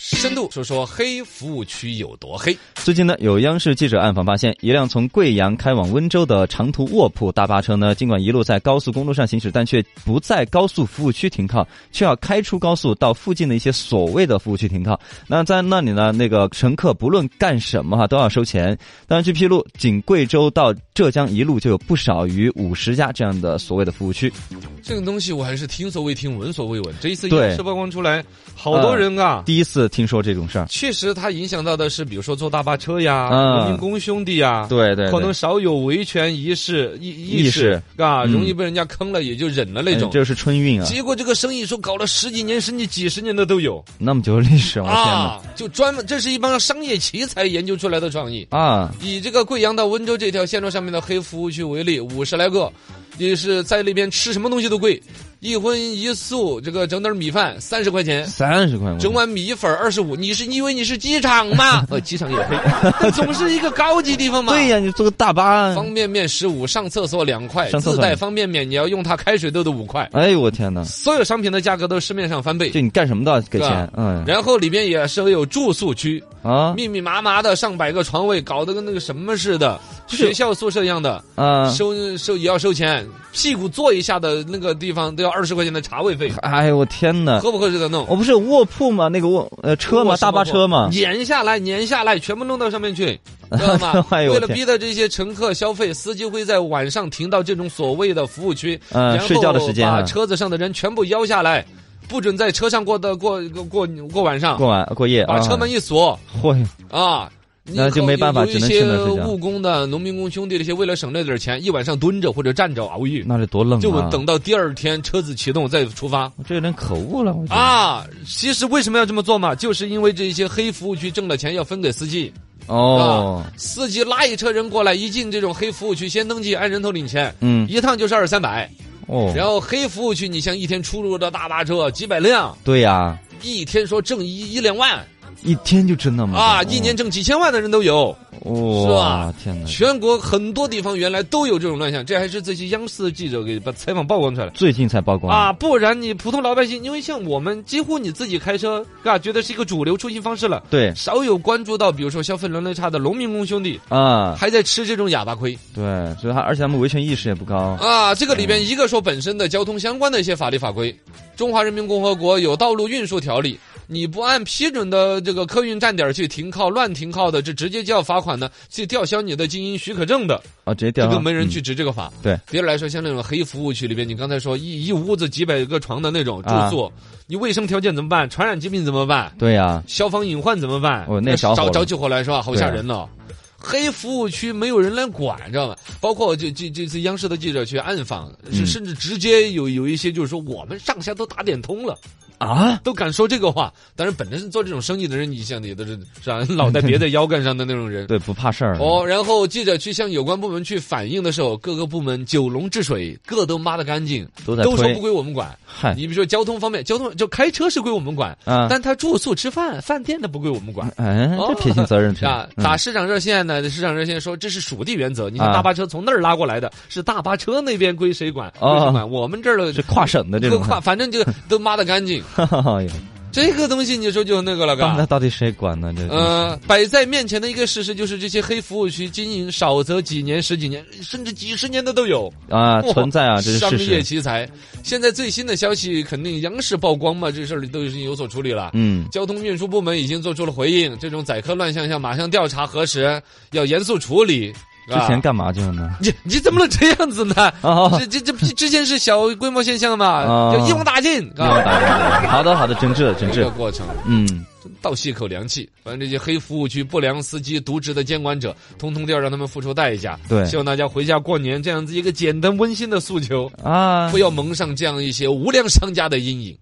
深度说说黑服务区有多黑。最近呢，有央视记者暗访发现，一辆从贵阳开往温州的长途卧铺大巴车呢，尽管一路在高速公路上行驶，但却不在高速服务区停靠，却要开出高速到附近的一些所谓的服务区停靠。那在那里呢，那个乘客不论干什么哈、都要收钱。当然，据披露，仅贵州到浙江一路就有不少于五十家这样的所谓的服务区。这种东西我还是听所未听，闻所未闻。这一次对呃央视曝光出来，好多人啊。第一次听说这种事儿，确实，它影响到的是，比如说坐大巴车呀，嗯农民工兄弟呀，对对对可能少有维权意识意意识识啊，嗯容易被人家坑了，也就忍了那种哎。这是春运啊，结果这个生意说搞了十几年，甚至几十年的都有那么久的历史，我的天哪！啊，就专门这是一帮商业奇才研究出来的创意。啊，以这个贵阳到温州这条线路上面的黑服务区为例，五十来个，你是在那边吃什么东西都贵，一荤一素，这个整点米饭三十块钱。三十块，我整碗米粉二十五，你是因为你是机场吗？ 呃，机场也黑，总是一个高级地方嘛。对呀、你坐个大巴，方便面十五，上厕所两块，上厕所自带方便面你要用它开水都得五块，哎呦我天哪！所有商品的价格都是市面上翻倍。就你干什么都要给钱是吧，嗯然后里边也是有住宿区，啊密密麻麻的上百个床位，搞得跟那个什么似的，是学校宿舍一样的。啊！收收也要收钱，屁股坐一下的那个地方都要二十块钱的茶位费，哎呦我天哪！合不合适的弄？我不是有卧铺吗？那个卧呃哦车我吗？是大巴车吗？碾下来，碾下来，全部弄到上面 去，知道吗？哎呦为我了天逼得这些乘客消费，司机会在晚上停到这种所谓的服务区，嗯然后睡觉的时间啊把车子上的人全部邀下来，不准在车上过的过过过过晚上，过晚过夜把啊车门一锁嚯，啊。那就没办法有有一只能些去那儿睡觉务工的农民工兄弟，这些为了省那点儿钱，一晚上蹲着或者站着熬夜。那得多冷啊！就等到第二天车子启动再出发这有点可恶了，我觉得啊！其实为什么要这么做嘛？就是因为这些黑服务区挣了钱要分给司机，哦，司机拉一车人过来，一进这种黑服务区先登记按人头领钱，嗯一趟就是二三百。哦，然后黑服务区，你像一天出入的大巴车几百辆，对呀、一天说挣一一两万一天就真的吗？啊，哦嗯一年挣几千万的人都有。哇、是吧天哪！全国很多地方原来都有这种乱象，这还是这些央视的记者给把采访曝光出来。最近才曝光啊，不然你普通老百姓，因为像我们几乎你自己开车，啊，觉得是一个主流出行方式了，对少有关注到，比如说消费能力差的农民工兄弟啊，还在吃这种哑巴亏对，所以他而且他们维权意识也不高。啊。这个里边一个说本身的交通相关的一些法律法规，《中华人民共和国有道路运输条例》。你不按批准的这个客运站点儿去停靠、乱停靠的，这直接就要罚款的，去吊销你的经营许可证的。啊，直接掉这了。个没人嗯去执这个法。对，别的来说，像那种黑服务区里边，你刚才说一一屋子几百个床的那种住啊宿，你卫生条件怎么办？传染疾病怎么办？对呀、消防隐患怎么办？哦那着火着了着起火来是吧？好吓对啊人呢、黑服务区没有人来管，知道吗？包括这这这次央视的记者去暗访，是嗯甚至直接有有一些就是说我们上下都打点通了，啊，都敢说这个话。当然，本身是做这种生意的人，你像也都是是吧？脑袋别 在腰杆上的那种人，对，不怕事儿。哦，然后记者去向有关部门去反映的时候，各个部门九龙治水，各都抹得干净，都在都说推不归我们管。嗨你比如说交通方面，交通就开车是归我们管，啊，但他住宿、吃饭、饭店的不归我们管。哎，哦这撇清责任是啊是吧？打市长热线呢？市长热线说这是属地原则。你看嗯啊大巴车从那儿拉过来的，是大巴车那边归谁管？归哦谁管？我们这儿的是跨省的这各种，跨，反正就都抹得干净。哎呦这个东西你说就那个了，嘎。那到底谁管呢？这呃，摆在面前的一个事实就是，这些黑服务区经营少则几年、十几年，甚至几十年的都有啊哇存在啊，这是商事业实。奇才。现在最新的消息，肯定央视曝光嘛，这事儿都已经有所处理了。嗯，交通运输部门已经做出了回应，这种宰客乱象要马上调查核实，要严肃处理。是之吧前干嘛去了呢？你你怎么能这样子呢？哦这这这之前是小规模现象嘛，哦要一网打尽，让我啊，打电话 好的，好的，整治了，整这治个。过程。嗯，倒吸一口凉气。反正这些黑服务区、不良司机、渎职的监管者，通通都要让他们付出代价。对希望大家回家过年这样子一个简单温馨的诉求，啊不，要蒙上这样一些无良商家的阴影。